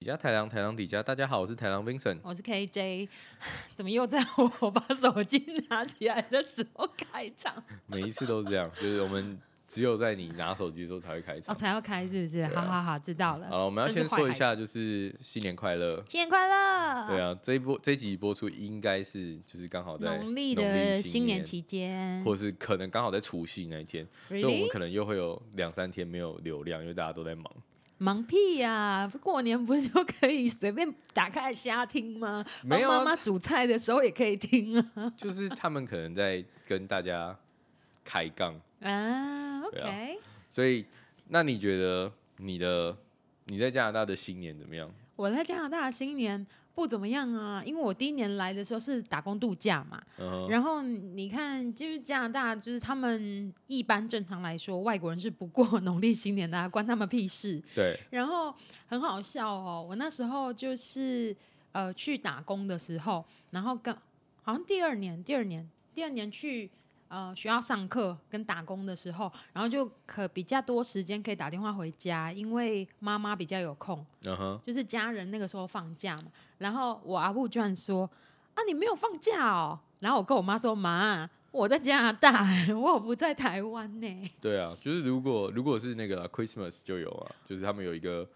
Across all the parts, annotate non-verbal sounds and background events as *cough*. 底加台郎，台郎底加，大家好，我是台郎 Vincent。我是 KJ，怎 *laughs* 么又在我我把手机拿起来的时候开 *laughs* 场？每一次都是这样，就是我们只有在你拿手机的时候才会开哦，场。才要开是不是？对啊好好好，知道了。好了，我们要真先是坏说一孩下，子，就是新年快乐。新年快乐！对，啊，这一波这一集播出应该是就是刚好在农历农的历新年年，期间或是可能刚好在除夕那一天，所以我们，really 可能又会有两三天没有流量，因为大家都在忙。忙屁呀、过年不是就可以随便打开瞎听吗？帮没有啊妈妈煮菜的时候也可以听啊。就是他们可能在跟大家开杠，啊对啊，OK，所以那你觉得你的你在加拿大的新年怎么样？我在加拿大新年不怎么样啊，因为我第一年来的时候是打工度假嘛，嗯哼，然后你看，就是加拿大，就是他们一般正常来说，外国人是不过 *laughs* 农历新年的、啊，关他们屁事。对，然后很好笑哦，我那时候就是呃去打工的时候，然后跟好像第二年，第二年，第二年去呃学校上课跟打工的时候，然后就可比较多时间可以打电话回家，因为妈妈比较有空。嗯哼，就是家人那个时候放假嘛，然后我阿布居然说：“啊，你没有放假哦。”然后我跟我妈说：“妈，我在加拿大，我不在台湾呢。对啊，就是如果如果是那个啊 Christmas 就有啊，就是他们有一个”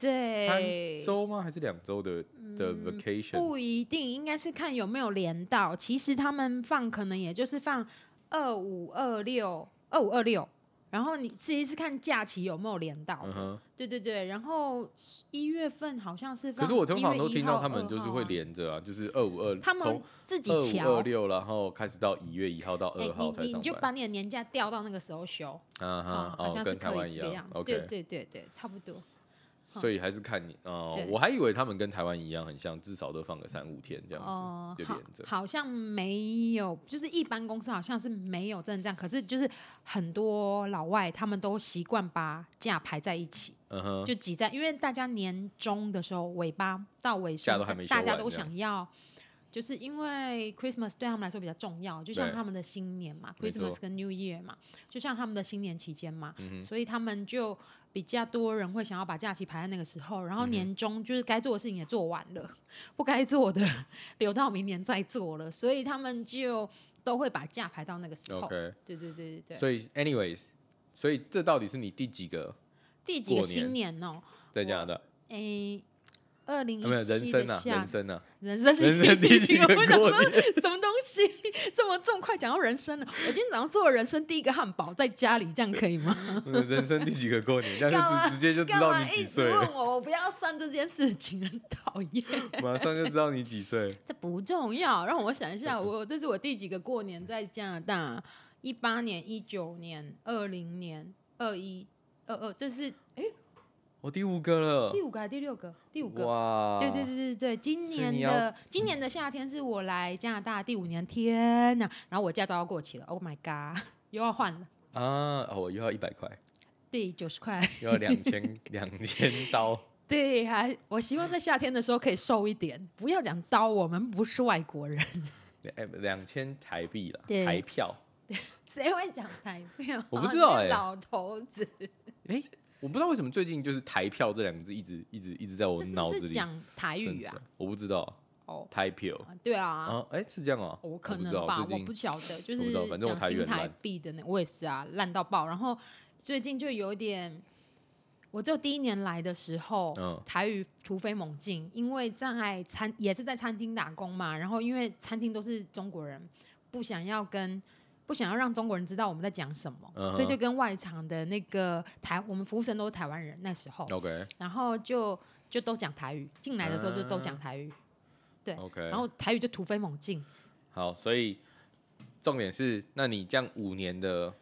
对三，周吗？还是两周的的 vacation？嗯不一定，应该是看有没有连到。其实他们放可能也就是放二五二六、二五二六，然后你其实是看假期有没有连到。嗯哼，对对对，然后一月份好像是放1月1号，可是我通常都听到他们2就是号会啊，连着啊，就是二五二，他从们自己二五瞧二。六，然后开始到一月一号到哎，二号才你你上就把班。你的年假调到那个时候休，啊哦哈，，好哦像，是跟台可湾以一这个样样子。对，OK。对对对，差不多。嗯所以还是看你哦对，我还以为他们跟台湾一样，很像，至少都放个三五天这样子。哦就，好连着，好像没有，就是一般公司好像是没有真的这样，可是就是很多老外他们都习惯把假排在一起，嗯哼，就挤在，因为大家年终的时候尾巴到尾假声都还没，休大家完都这样想要。就是因为 Christmas 对他们来说比较重要，就像对他们的新年嘛没错，Christmas 跟 New Year 嘛，就像他们的新年期间嘛，嗯所以他们就比较多人会想要把假期排在那个时候，嗯然后哼年终就是该做的事情也做完了，不该做的 *laughs* 留到明年再做了，所以他们就都会把假排到那个时候。 OK。对对对对对，所以，anyways，所以这到底是你第几个第几个过年新年哦、在加拿大？诶，二零啊没有一人七的生啊，夏人生啊，人生人生第一一个个，过我想说年 *laughs* 什么东西？这么这么快讲到人生了？我今天早上做了人生第一个汉堡，在家里这样可以吗？嗯人生第几个 *laughs* 过年？但干嘛是直直接 *laughs* 就知干道嘛你一几直岁了，问我？我不要算这件事情，很讨厌。马上就知道你几岁。 *laughs* 这不重要，让我想 *laughs* 一下，我这是我第几个过年在加拿大？一八年、一九年、二零年、二一、二二，这是我第五个了第，五个还是第六个？第五个。哇！对对对对对，今啊所以年你要的今年的夏天是我来加拿大第五年，天呐！然后我驾照要过期了，Oh my god，又 *laughs* 要换了，啊，哦我又要一百块，对，九十块， *laughs* 又要两千两千刀。对，还我希望在夏天的时候可以瘦一点，不要讲刀，我们不是外国人，哎，两千台币啦，对台票。谁会讲台 *laughs* 票？我不知道你是欸老头子，哎，我不知道为什么最近就是“台票”这两个字一直一直一直在我这是脑不子是里讲台升语起来啊？，我不知道哦，台票啊对啊。啊，哎，是这样哦，我不可能知道吧，最我近不晓得，就我不是知道反正我讲台语新很台烂币的那，我也是啊，烂到爆。然后最近就有一点，我就第一年来的时候，嗯台语突飞猛进，因为在餐也是在餐厅打工嘛，然后因为餐厅都是中国人，不想要跟。不想要让中国人知道我们在讲什么嗯哼所以就跟外场的那个台，我们服务生都是台湾人那时候， OK 然后就就都讲台语，进来的时候就都讲台嗯语，对 OK，然后台语就突飞猛进，好，所以重点是，那你这样五年的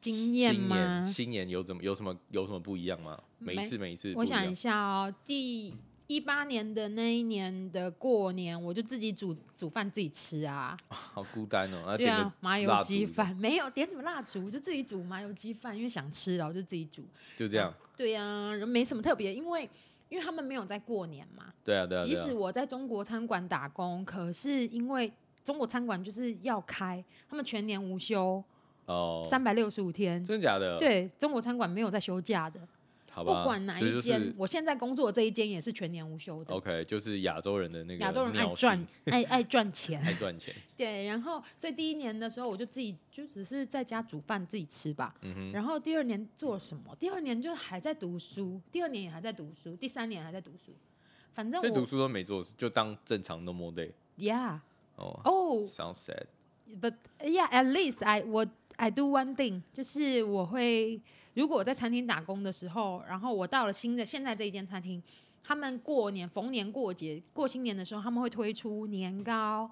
经验新吗年？新年有怎么有什么有什么不一样吗？每一没次每一次不我一样，想一下哦，第一八年的那一年的过年，我就自己煮煮饭自己吃啊，好孤单哦。那对点啊个，麻油蜡鸡烛饭 *laughs* 没有点什么蜡烛，就自己煮麻油鸡饭，因为想吃，然后就自己煮。就这样，对啊，没什么特别，因为因为他们没有在过年嘛。对啊对啊即对啊使，我在中国餐馆打工，可是因为中国餐馆就是要开，他们全年无休，哦，三百六十五天。真的假的？，对中国餐馆没有在休假的，好不吧？管哪这一就是间，我现在工作的这一间也是全年无休的。 OK，就是亚洲人的那个亚洲人爱尿性赚， *laughs* 爱爱赚钱，爱赚钱。对。然后，所以第一年的时候，我就自己就只是在家煮饭自己吃吧。嗯哼，然后第二年做什么？第二年就还在读书，第二年也还在读书，第三年还在读书。反正所以读我书都没做，就当正常 normal day。 ，Yeah，哦、哦、 s o u n d sad。 But yeah, at least I 我 I do one thing，就是我会如果我在餐厅打工的时候，然后我到了新的现在这一间餐厅，他们过年逢年过节过新年的时候，他们会推出年糕、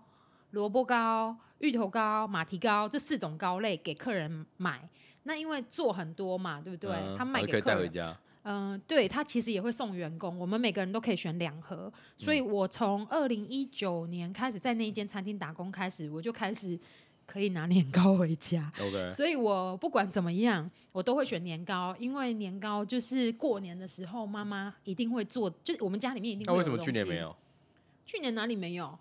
萝卜糕、芋头糕、马蹄糕这四种糕类给客人买。那因为做很多嘛，对不对？嗯他卖好可给以客带回人，家。嗯、对他其实也会送员工，我们每个人都可以选两盒。所嗯以我从二零一九年开始在那一间餐厅打工开始，我就开始可以拿年糕回 *laughs* 家。 OK，所以我不管怎么样，我都会选年糕，因为年糕就是过年的时候妈妈一定会做，就是我们家里面一定那会。为什么去年没？有？去年哪里没有？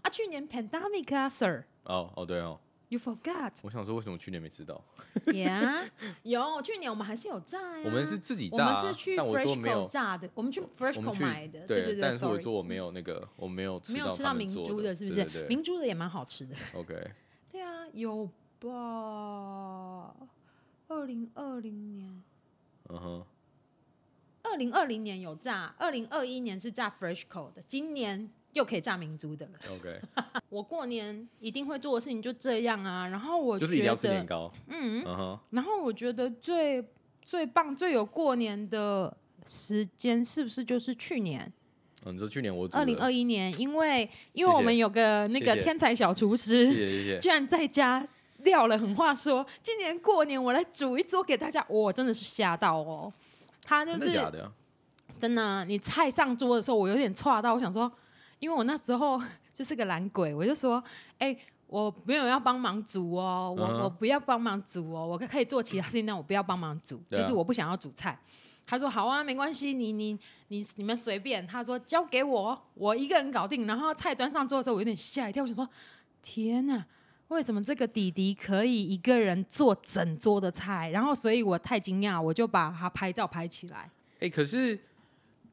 啊，去年 pandemic 啊，sir，you 哦哦对哦， forgot *laughs* 我想说为什么去年没吃到？嗯 yeah？有，去年我们还是有炸呀、我们是自己我炸、们啊，是去但我说没 Freshco 有，炸的，我们去我们 Freshco 去买的，对对对但是我 sorry 说我没有那个，我没有没有到吃他到们明做珠的，是不是？对对对明珠的也蛮好吃的。 ，OK，对啊，有吧？二零二零年，嗯哼，二零二零年有炸，二零二一年是炸 Freshco 的，今年又可以炸明珠的了。 OK，我过年一定会做的事情就这样啊。然后 *laughs* 我就是一定觉要吃年得，糕，嗯，嗯哼，然后我觉得最最棒、最有过年的时间是不是就是去年？嗯，你说去年我煮的二零，二一年，因为因谢谢为我们有个那个谢谢天才小厨师，谢谢 *laughs* 谢谢，居然在家撂了狠话说，今年过年我来煮一桌给大家，我真的是吓到哦。他就真是的假的啊？真的啊你菜上桌的时候，我有点岔到，我想说，因为我那时候 *laughs* 就是个懒鬼，我就说，哎、我没有要帮忙煮哦，我、嗯我不要帮忙煮哦，我可以做其他事情，但我不要帮忙煮，对啊就是我不想要煮菜。他说好啊，没关系，你你你你们随便。他说交给我，我一个人搞定。然后菜端上桌的时候，我有点吓一跳，我想说，天呐，为什么这个弟弟可以一个人做整桌的菜？然后所以我太惊讶，我就把他拍照拍起来。哎、可是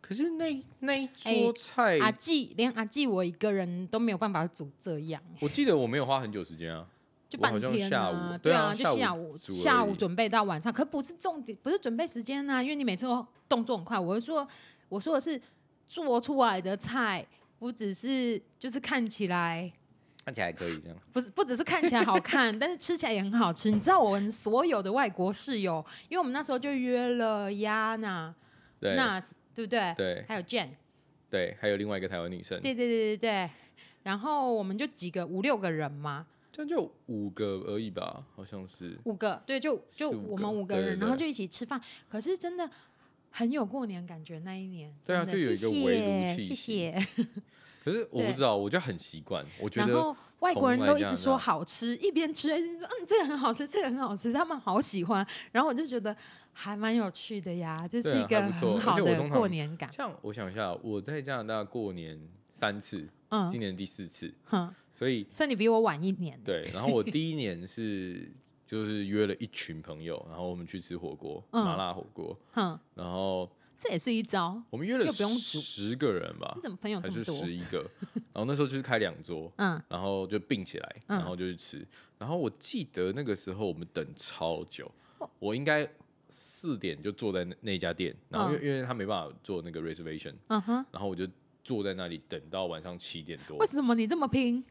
可是那那一哎桌菜，阿纪连阿纪我一个人都没有办法煮这样，我记得我没有花很久时间啊，就我半好像天下啊，午对对啊，啊就下午午煮而已下午准备到晚上，可不是重点，不是准备时间啊，因为你每次都动作很快。我是说，我说的是做出来的菜，不只是就是看起来。看起来还可以这样，不是， *laughs* 不只是看起来 *laughs* 好看，但是吃起来也很好吃。你知道我们所有的外国室友，因为我们那时候就约了 Yana、对 Nas，对不对？对还有 Jane，对，还有另外一个台湾女生，对对对对对。然后我们就几个五六个人嘛，这样就五个而已吧，好像是，五个，对，就就四五我个们五个对人，对然后对就一起吃饭。可是真的很有过年感觉那一年，对啊真的就有一谢个围炉谢气息谢谢。可是我对不知道，我就很习惯，我觉然得后外国人从都来一这直样啊的说好吃，一边吃一边说嗯这个很好吃，这个很好吃，他们好喜欢。然后我就觉得还蛮有趣的呀，这对是一啊还个不错很而好且我的通过常年感。像我想一下，我在加拿大过年三次，今嗯年第四次，哼，所以所以你比我晚一年。对，然后我第一年是就是约了一群朋友，然后我们去吃火锅，麻嗯辣火锅，哼，然后这也是一招。我们约了又不用煮十个人吧你，怎么朋友啊还这么是多？十一个，然后那时候就是开两桌，嗯，然后就并起来，嗯然后就去吃，然后我记得那个时候我们等超久，哦我应该。四点就坐在那那家店，然后因为、因为他没办法做那个 reservation，嗯哼，然后我就坐在那里等到晚上七点多为。什么你这么拼？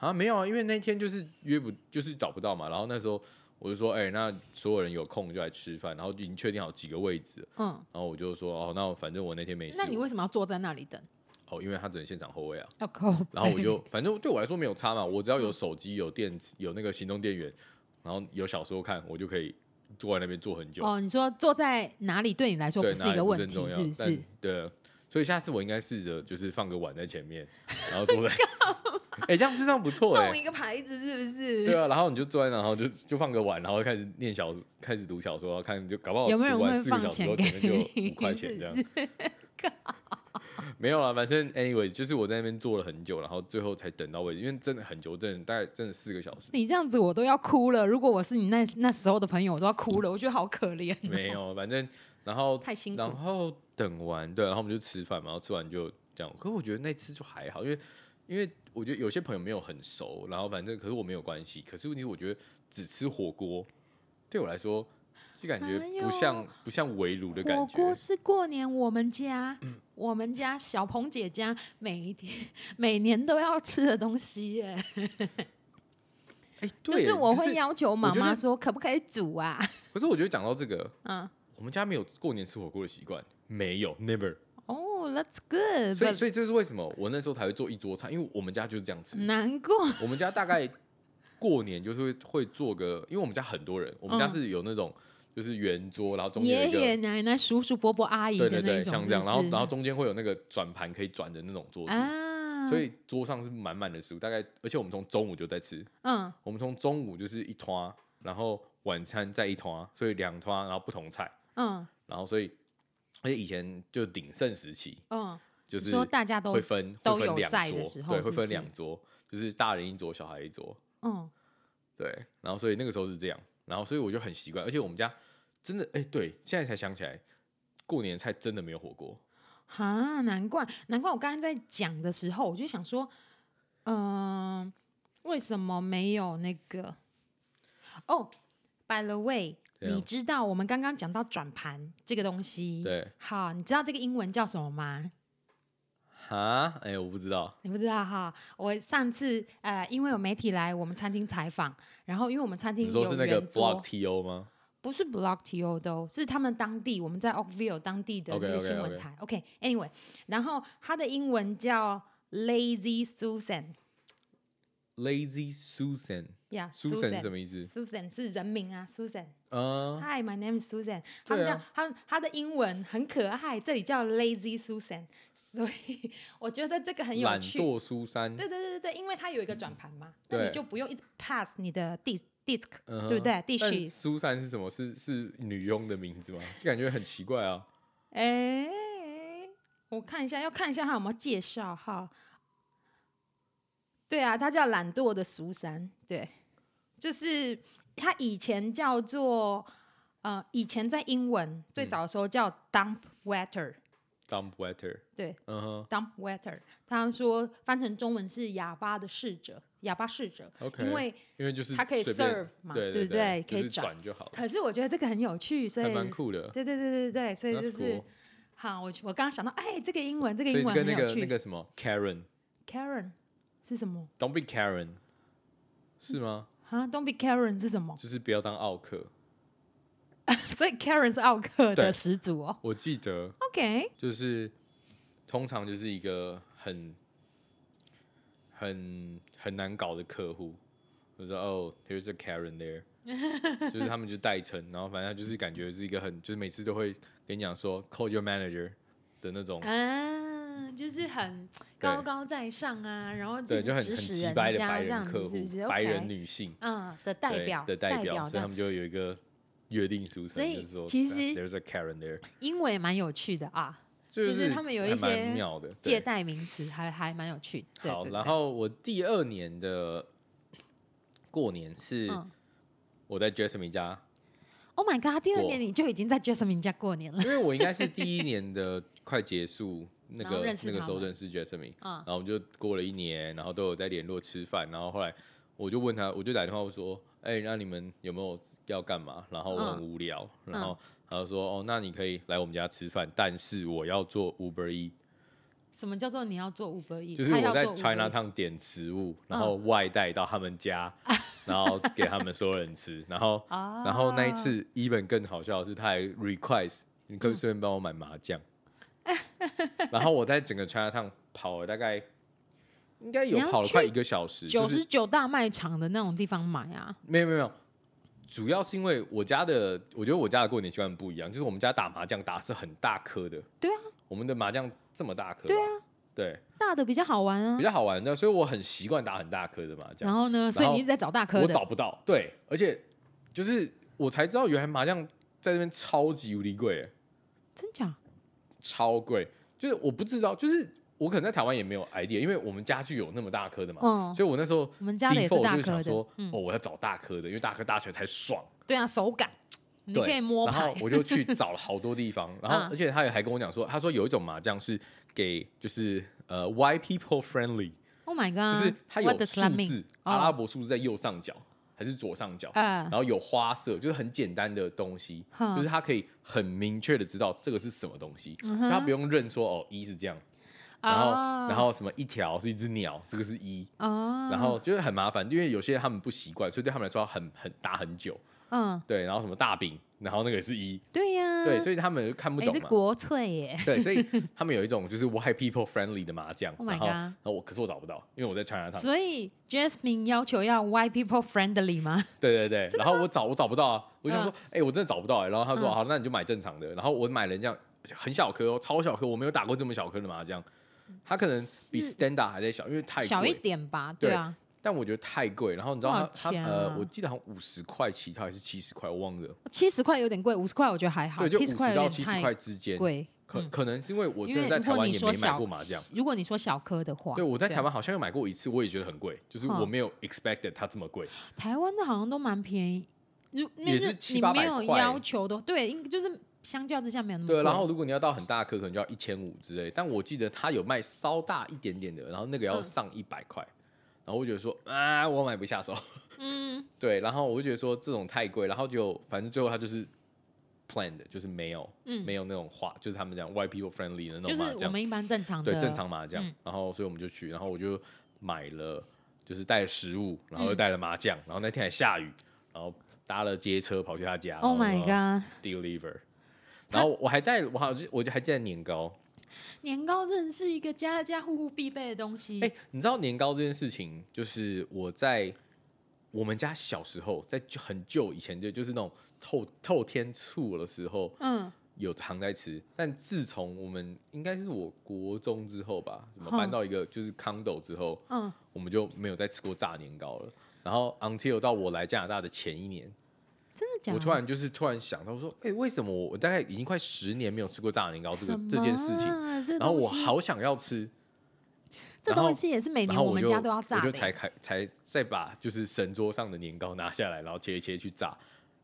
啊，没有啊，因为那天就是约不，就是找不到嘛。然后那时候我就说，哎、那所有人有空就来吃饭，然后已经确定好几个位置了。嗯，然后我就说，哦，那反正我那天没事。那你为什么要坐在那里等？哦，因为他只能现场后位啊。要扣。然后我 *laughs* 就，反正对我来说没有差嘛，我只要有嗯手机、有电、有那个行动电源，然后有小说看，我就可以坐在那边坐很久。哦，你说坐在哪里对你来说对，不是那一也个问很题，重要是不但是？对，所以下次我应该试着就是放个碗在前面，然后 *laughs* 坐在，哎、这样事实上不错哎、弄一个牌子是不是？对啊，然后你就坐在那，然后就就放个碗，然后开始念小说，开始读小说，然后看就搞不好有没有人读完会四个放小时钱后，给可能就你？五块 *laughs* 钱这样。没有啊啦，反正 anyway，就是我在那边坐了很久，然后最后才等到位置，因为真的很久，真的大概真的四个小时。 *laughs* 你这样子我都要哭了。如果我是你那那时候的朋友，我都要哭了。我觉得好可怜、 *laughs* 没有，反正然后太辛苦然后等完，对，然后我们就吃饭嘛，然后吃完就这样。可是我觉得那次就还好，因为因为我觉得有些朋友没有很熟，然后反正可是我没有关系。可是问题是我觉得只吃火锅对我来说就感觉哎呦不像不像围炉的感 *laughs* 火觉锅。是过年我们家、我们家小鹏姐家每一天每年都要吃的东西耶，哎，就对耶，是我就会要求妈我觉得妈说，可不可以煮啊？可是我觉得讲到这个，嗯，我们家没有过年吃火锅的习惯，没有，never。哦、t h a t s good，所以 but- 所以这是为什么我那时候才会做一桌菜，因为我们家就是这样吃。嗯难过，我们家大概过年就是会会做个，因为我们家很多人，我嗯们家是有那种就是圆桌，然后中间有爷一个爷对奶奶、叔叔、伯伯、阿姨的对那对，种，像这样，然后然后后中间会有那个转盘可以转的那种桌子，啊，所以桌上是满满的食物，大概而且我们从中午就在吃，嗯，我们从中午就是一团，然后晚餐再一团，所以两团，然后不同菜，嗯然后所以而且以前就鼎盛时期，嗯，就你是说大家会都分都会分有两在的桌，时候对，是会不分是两桌，就是大人一桌，小孩一桌。嗯对，然后所以那个时候是这样，然后所以我就很习惯，而且我们家真的哎、对，现在才想起来，过年菜真的没有火锅，哈，难怪难怪我刚刚在讲的时候，我就想说，嗯、为什么没有那个？哦、b y the way，怎你样知道我们刚刚讲到转盘这个东西，啊对，好，你知道这个英文叫什么吗？哈，哎、我不知道，你不知道哈，我上次呃，因为有媒体来我们餐厅采访，然后因为我们餐厅你说有是那个圆桌 block to 吗？不是 Block TO 的哦，是他们当地我们在 Oakville 当地的那 OK，个 OK，新闻 OK 台。OK，Anyway，、然后它的英文叫 Lazy Susan， Lazy Susan，Susan 呀、yeah, 是什么意思？ Susan 是人名啊，Susan。嗯、 Hi，my name is Susan。他们对叫啊他他的英文很可爱，这里叫 Lazy Susan，所以我觉得这个很有懒趣。惰苏珊，对对对对对，因为它有一个转盘嘛，那对你就不用一直 pass 你的 disc disc，、嗯对不对哼但？dish，苏珊是什么？是是女佣的名字吗？就感觉很奇怪啊。哎、我看一下，要看一下他有没有介绍哈。对啊，他叫懒惰的苏珊，对，就是他以前叫做呃，以前在英文最嗯早的时候叫 dump waiter，、 Dumb waiter，对嗯哼，dump waiter，他说翻成中文是哑巴的侍者，哑巴侍者， ，OK，因为因为就是它可以随便 serve 嘛对对不对对，可以就是转转就好了，可是我觉得这个很有趣，所以还蛮酷的。对对对对对，所以 That's 就是 cool 好，我我刚刚想到，哎，这个英文，这个所英以文跟很那有个趣。那个什么 Karen。 Karen 是什么？ Don't be Karen，是吗？啊，Don't be Karen 是什么？就是不要当奥克。所以 Karen 是奥克的对始祖哦。我记得 OK，就是通常就是一个很很很难搞的客户，就说哦、t h e r e s a Karen there，就是他们就代称，然后反正就是感觉是一个很就是每次都会跟你讲说 call your manager 的那种，啊，就是很高高在上啊，然后对，是就很很指使鸡人掰的家白这样人客子，户，是不是？白人 OK，女性嗯的代对表的代表，所以他的，们就有一个约定俗成，所以就是说啊其实 there's a Karen there。英文也蛮有趣的啊，就就是是他们有一还蛮些妙的借对代名词还还蛮有趣的。对好，对然对后我第二年的过年是嗯我在 Jasmine 家， Oh my God，第二过年你就已经在 Jasmine 家过年 *laughs* 了因为我应该是第一年的快结束那然后个认识那个他时候们认识 Jasmine，、嗯然后我们就过了一年，然后都有在联络吃饭，然后后来我就问他，我就打电话说，哎、那你们有没有要干嘛？然后我嗯很无聊，然后他就说，哦，那你可以来我们家吃饭，但是我要做 Uber E。什么叫做你要做 Uber E？就是他我要在做 Uber China Eats 嗯 Town 点食物，然后外带到他们家， *laughs* 然后给他们所有人吃。然后，啊然后那一次 even 更好笑的是，他还 request 你嗯可不可以顺便帮我买麻 *laughs* 将。然后我在整个 China Town 跑了大概，应该有你要跑了去快一个小时，九就十是九大卖场的那种地方买啊。没有没有没有。主要是因为我家的，我觉得我家的过年习惯不一样，就是我们家打麻将打是很大颗的，对啊，我们的麻将这么大颗吧，对啊对，大的比较好玩啊比。较好玩的，所以我很习惯打很大颗的麻将然。后呢？所以你一直在找大颗我的找不到。对，而且就是我才知道，原来麻将在这边超级无敌贵耶，真假？超贵。就是我不知道，就是我可能在台湾也没有 idea，因为我们家具有那么大颗的嘛，嗯所以我那时候我们家的也是 default 大就是颗想的说，哦嗯哦，我要找大颗的，因为大颗打起来才爽。对啊，手感。你对可以摸然后牌，我就去找了好多地方，然后、嗯而且他也还跟我讲说，他说有一种麻将是给就是呃 white people friendly，、 Oh my 就 god！是它有 What does 数 that mean？字，哦阿拉伯数字在右上角还是左上角，呃然，后有花色，就是很简单的东西，哼就是他可以很明确的知道这个是什么东西，嗯他哼啊不用认说哦一是这样，然后、然后什么一条是一只鸟，这个是一。哦，然后就是很麻烦，因为有些人他们不习惯，所以对他们来说要很很打很久。嗯，对，然后什么大饼，然后那个也是一，对呀，对，所以他们就看不哎懂这嘛。国粹耶，对，所以他们有一种就是 white people friendly 的麻将。 Oh my 然后， god 然后我可是我找不到，因为我在 China Town。所以 Jasmine 要求要 White people friendly 吗？对对对，然后我找我找不到啊，我就想嗯说，哎、我真的找不到哎、然后他说，嗯好，那你就买正常的。然后我买了这样很小颗哦，超小颗，我没有打过这么小颗的麻将。它可能比 standard 还在小，因为太贵。小一点吧，对对啊，但我觉得太贵。然后你知道多少它它钱啊呃，我记得好像五十块起跳还是七十块，我忘了。七十块有点贵，五十块我觉得还好，对，就七五十十块有到点七十太块之间。贵。可、嗯可能是因为我因真的为在如台果湾你也说没买小过麻将。，如果你说小颗的话，对，我在对台湾好像有买过一次，我也觉得很贵，就是哼我没有 expected 它这么贵。台湾的好像都蛮便宜，如也是那七你八没百有块要求的，对，应就是相较之下没有那么贵。对，然后如果你要到很大颗，可能就要一千五之类。但我记得它有卖稍大一点点的，然后那个要嗯上一百块。然后我就觉得说啊，我买不下手。嗯，对，然后我就觉得说这种太贵，然后就反正最后它就是 planned，就是没有，嗯没有那种花，就是他们讲 white people friendly 的那就种麻是我将，们一般正常的对，正常麻将。嗯然后所以我们就去，然后我就买了，就是带了食物，然嗯后又带了麻将，然后那天还下雨，然后搭了街车跑去他家。 Oh 然 my 后 god！ deliver。他然后我还带，我好像我就还记得年糕。年糕真的是一个家家户户必备的东西。哎、你知道年糕这件事情，就是我在我们家小时候，在就很旧以前就就是那种透透天醋的时候嗯，有常在吃，但自从我们应该是我国中之后吧，什么哼搬到一个就是 condo 之后，嗯，我们就没有再吃过炸年糕了。然后 until 到我来加拿大的前一年，真的假的？我突然就是突然想到说，哎、为什么我我大概已经快十年没有吃过炸年糕这个什么啊这件事情？啊这然后我东西，好想要吃，这然后东西也是每然年后们就家都要炸我的欸就耶。才开才再把就是神桌上的年糕拿下来，然后切一切去炸，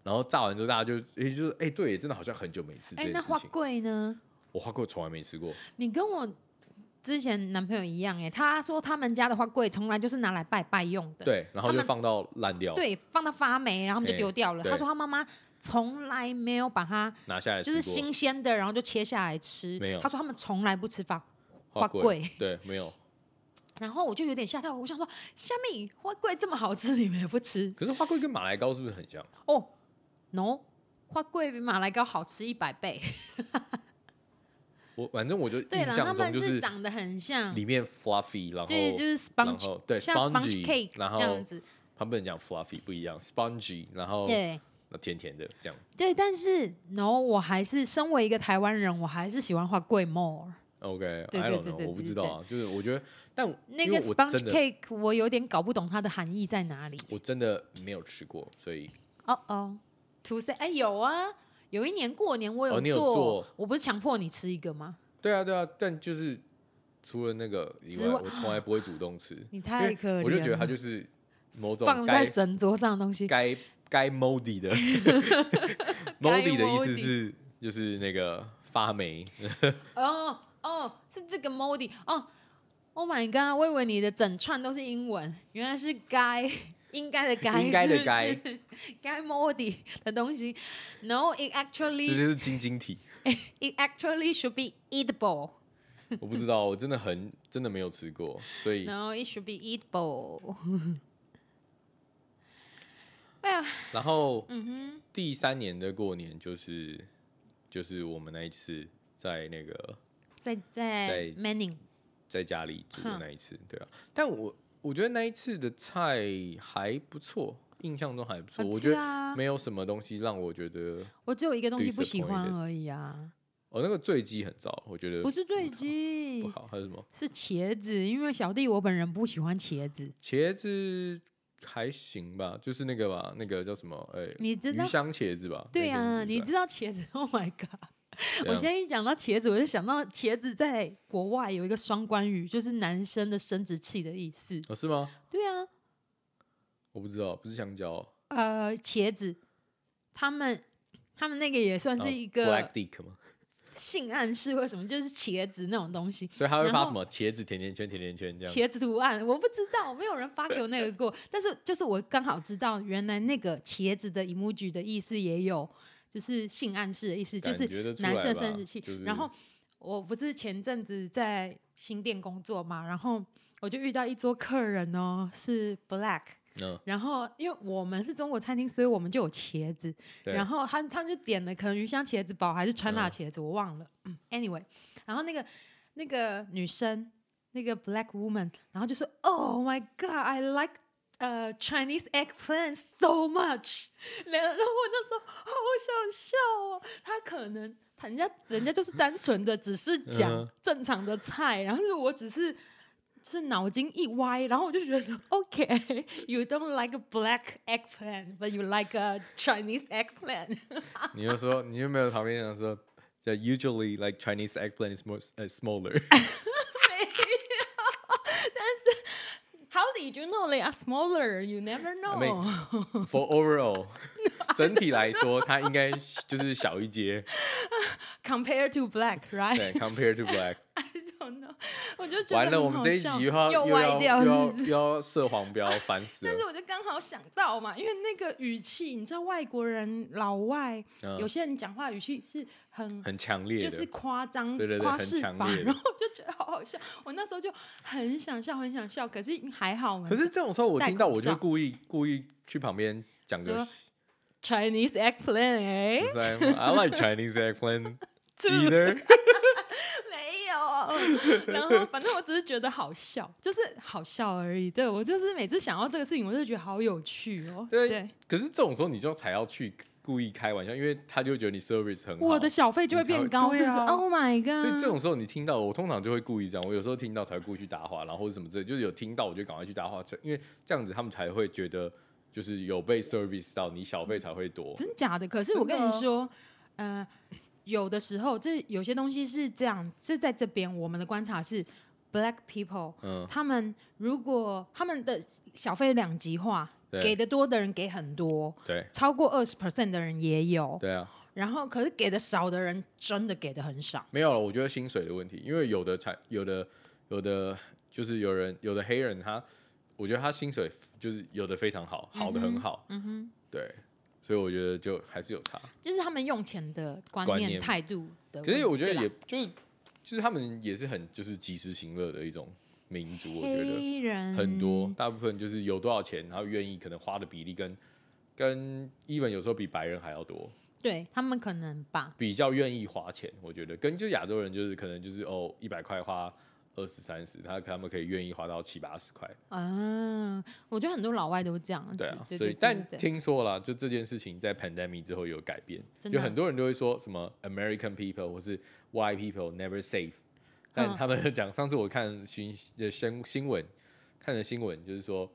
然后炸完之后大家就诶、就是诶、对，真的好像很久没吃这哎，件那事花情，贵呢？我花过从来没吃过，你跟我之前男朋友一样哎、他说他们家的花柜从来就是拿来拜拜用的，对，然后他就们放到烂掉，对，放到发霉，然后他们就哎丢掉了。哦对他说他妈妈从来没有把它拿下来就是吃新鲜的，然后就切下来吃。没有他说他们从来不吃发。过，花花贵贵，对，没有。然后我就有点吓到，我想说，虾米花柜这么好吃，你们也不吃可是花贵跟马来糕是不是很像？哦？No，花桂比马来糕好吃一百倍。我反正我就对印了，他象中们就是是长得很像，里面 fluffy，然后对，就是然 sponge，后对像 spongy， sponge cake 然这后样子。他们不能讲 fluffy 不一样，spongy，然后对，那甜甜的这样。对，但是 no，我还是身为一个台湾人，我还是喜欢花桂 more。 OK，对 I 对 don't 对 know，对我不对知道对啊，就是我觉得，但那因个为我 sponge 真的 cake 我有点搞不懂它的含义在哪里。我真的没有吃过，所以哦哦，to say，哎有啊，有一年过年我哦你有做我不是强迫你吃一个吗？对啊对啊，但就是除了那个以之外，外我从来不会主动吃，你因太为可怜了，我就觉得它就是某种放在该神桌上的东西。 *laughs* 该该 moldy 的 moldy 的意思是就是那个发 *laughs* 霉，哦哦，是这个 moldy 哦。Oh my god！我以为你的整串都是英文，原来是该 *laughs* 应该的该，应该的是不是 *laughs* 该，该 moldy 的东西。No, it 这 actually 就是晶晶体。 *laughs* It actually should be eatable. 我不知道，我真的很真的没有吃过，所以 No, it should be eatable. 哎呀，然后嗯第三年的过年就是就是我们那一次在那个哼，在在在 Manning，在家里煮的哼那一次，对啊。但我我觉得那一次的菜还不错，印象中还不错。好我吃觉啊得没有什么东西让我觉得，我只有一个东西不喜欢 Disappointed 而已啊，哦，那个醉鸡很糟，我觉得不是最不鸡，好，还有什么是茄子，因为小弟我本人不喜欢茄子，茄子还行吧，就是那个吧，那个叫什么？哎、你知道鱼？香茄子吧？对啊，啊，你知道茄子？Oh *laughs* my god！怎我样现在一讲到茄子，我就想到茄子在国外有一个双关语，就是男生的生殖器的意思。哦是吗？对啊，我不知道，不是香蕉哦，呃，茄子，他们他们那个也算是一然后啊 Black 个 Dick 嘛，性暗示或什么，就是茄子那种东西，所以他会然发后什么茄子甜甜圈、甜甜圈这样。茄子图案，我不知道，没有人发给我那个过。 *laughs* 但是就是我刚好知道，原来那个茄子的 emoji 的意思也有，就是性暗示的意思，就感是觉得出男来生吧生殖器。就是然后我不是前阵子在新店工作嘛，然后我就遇到一桌客人哦，是 black。嗯，然后，因为我们是中国餐厅，所以我们就有茄子。对然后他他们就点了可能鱼香茄子煲还是川辣嗯茄子，我忘了。嗯，anyway，然后那个那个女生，那个 black woman，然后就说：“Oh my god，I like 呃、Chinese eggplant so much。”然后然后我那时候好想笑哦，他可能。人家人家就是单纯的，只是讲嗯正常的菜，然后是我只是是脑筋一歪，然后我就觉得 *laughs* OK，you、don't like a black eggplant，but you like a Chinese eggplant 。 *laughs* 你就说，你有没有旁边想说，叫 usually like Chinese eggplant is more uh, *laughs* smaller， How did you know they are smaller? You never know. mean- for overall，整 *laughs* 体来说，它应该就是小一截， Compared to black, 对 right? ，compared to *laughs* black。 I don't know. 我就觉得完了，很我们好这一笑集又要又又歪要掉又是要不 *laughs* 是又要射黄标，烦死但是了。我就刚好想到嘛，因为那个语气，你知道外国人老外、嗯有些人讲话语气是很很强烈就的，是夸张、对对对夸很饰强法，烈的然后我就觉得好好笑。我那时候就很想笑，很想笑，可是还好嘛。可是这种时候我戴听到口我就罩故意故意去旁边讲个说 Chinese eggplant，哎、就是 I'm- I like Chinese *laughs* eggplant 这 either，没有。然后反正我只是觉得好笑，就是好笑而已。对我就是每次想到这个事情，我就觉得好有趣哦。对对，可是这种时候你就才要去故意开玩笑，因为他就觉得你 service 很好。我的小费就会你才会变高，对是不是啊？Oh my 所 god！以这种时候你听到我通常就会故意这样，我有时候听到才会故意去搭话，然后或者什么之类，就是有听到我就赶快去搭话，因为这样子他们才会觉得就是有被 service 到，你小费才会多。真假的？可是我真跟的你啊说，呃，有的时候这有些东西是这样，这在这边我们的观察是，black people，、嗯他们如果他们的小费两极化，对给的多的人给很多，对超过二十 percent 的人也有，对啊，然后可是给的少的人真的给的很少。没有了，我觉得薪水的问题，因为有的才有的有的就是有人有的黑人他，我觉得他薪水就是有的非常好，好的很好，嗯哼，对，所以我觉得就还是有差。就是他们用钱的观观念、念态度的问题。可是我觉得对吧也就是就是他们也是很就是及时行乐的一种民族，我觉得。黑人很多，大部分就是有多少钱，然后愿意可能花的比例跟跟 even 有时候比白人还要多，对他们可能吧，比较愿意花钱。我觉得跟就亚洲人就是可能就是哦一百块花二十三十，他他们可以愿意花到七八十块，啊，我觉得很多老外都这样子。对啊。对所以对但对听说啦，就这件事情在 pandemic 之后有改变，真的就啊很多人都会说什么 American people 或是 White people never safe，但嗯他们讲上次我看新的新新闻，看的新闻就是说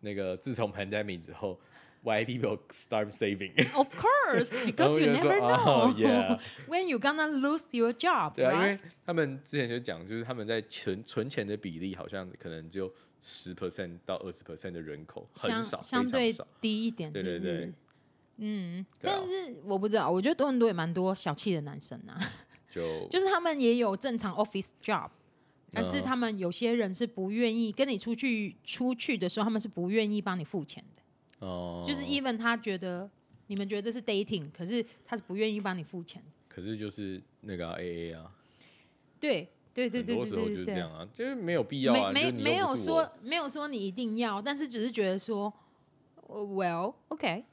那个自从 pandemic 之后。White people start saving， *laughs* Of course, *laughs* 然后我 because you 就说 *laughs* never know 哦，yeah， *laughs* when you gonna lose your job. 对啊，因 right? 为他们之前就讲，就是他们在存存钱的比例好像可能只有十 percent 到二十 percent 的人口，很相少，相非对常少。低一点，对是不对是？对嗯，对啊但是我不知道，我觉得多伦多也蛮多小气的男生啊， *laughs* 就就是他们也有正常 office job，但是嗯他们有些人是不愿意跟你出去出去的时候，他们是不愿意帮你付钱的，哦，就是 even 他觉得你们觉得这是 dating，可是他是不愿意帮你付钱的，可是就是那个 A A 啊，对对对很对多对时候就对是对这对样。啊，就是没有必要啊，没就没你没又有不是我说没有说你一定要，但是只是觉得说呃，well OK，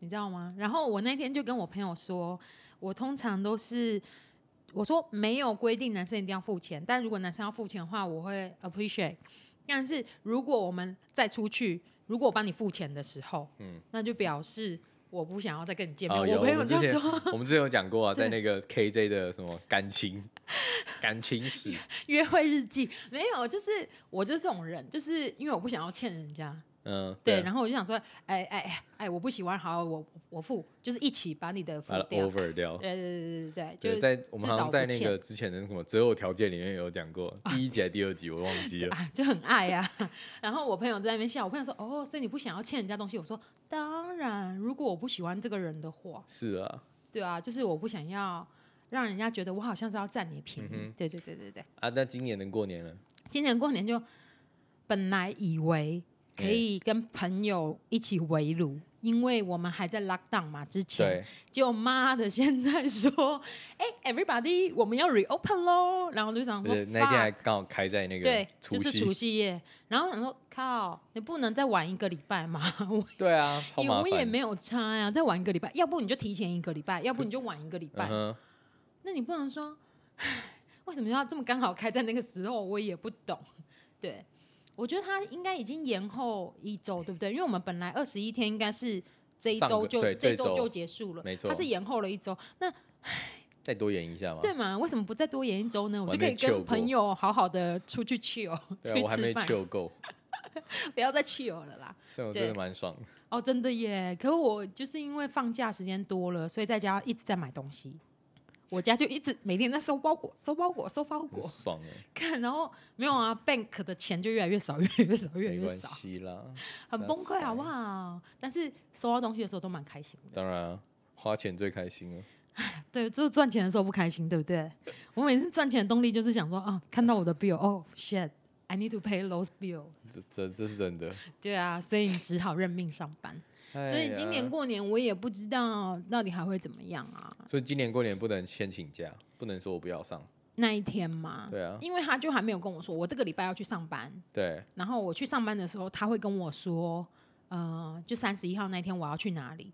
你知道吗？然后我那天就跟我朋友说，我通常都是我说没有规定男生一定要付钱，但如果男生要付钱的话，我会 appreciate。但是如果我们再出去，如果我帮你付钱的时候，嗯嗯，那就表示我不想要再跟你见面。啊，有我朋友们就之前说 *laughs* 我们之前有讲过啊，在对那个 K J 的什么感情感情史，约会日记没有，就是我就是这种人，就是因为我不想要欠人家。嗯，对，啊然后我就想说，哎哎哎哎，我不喜欢，好，我我付，就是一起把你的付把它掉。 over 掉。对对对对对，就对，是在我们至好少像不在那欠个之前的什么择偶条件里面有讲 *laughs* 过，第一集还是第二集我忘记了。啊，就很爱呀、 *laughs* 然后我朋友在那边笑，我朋友说，哦，所以你不想要欠人家东西？我说，当然，如果我不喜欢这个人的话，是啊，对啊，就是我不想要让人家觉得我好像是要占你便宜。嗯哼对对对对对，啊，那今年能过年了，今年过年就本来以为哎可以跟朋友一起围炉，因为我们还在 lock down 嘛之前，对，就妈的现在说，哎、e v e r y b o d y 我们要 reopen 喽，然后我就想说而且那一天还 fuck 刚好开在那个对，除就是夕除，夕夜，然后我想说靠，你不能再晚一个礼拜吗？ *laughs* 我对啊，超也麻我也烦。没有差呀、再晚一个礼拜，要不你就提前一个礼拜，要不你就晚一个礼拜嗯，哼，那你不能说， *sighs* 为什么要这么刚好开在那个时候？我也不懂。对，我觉得他应该已经延后一周，对不对？因为我们本来二十一天应该是这一上周个就对这一这周就结束了，没错他是延后了一周。那再多演一下嘛。对嘛？为什么不再多延一周呢？我我就还可以没 chill 过跟朋友好好的出去 chill，对啊，我还出去没吃饭， chill 够，不要再 chill 了啦。所以我真的对蛮爽的。哦，真的耶！可我就是因为放假时间多了，所以在家一直在买东西。我家就一直每天在收包裹，收包裹，收包很 *laughs* 裹。爽哎，看，然后没有啊，bank 的钱就越来越少，越来越少，越来没越关少，系啦。很崩溃， that's 好不好？但是收到东西的时候都蛮开心的，当然啊，花钱最开心了。对，就是赚钱的时候不开心，对 *laughs* 不对？我每次赚钱的动力就是想说啊，看到我的 bill，哦、shit，I need to pay those bill，这这这是真的。对啊，所以你只好认命上班。所以今哎年呀，过年我也不知道到底还会怎么样啊，所以今年过年不能先请假，不能说我不要上。那一天嘛，对啊，因为他就还没有跟我说，我这个礼拜要去上班，对，然后我去上班的时候，他会跟我说，呃，就三十一号那天我要去哪里，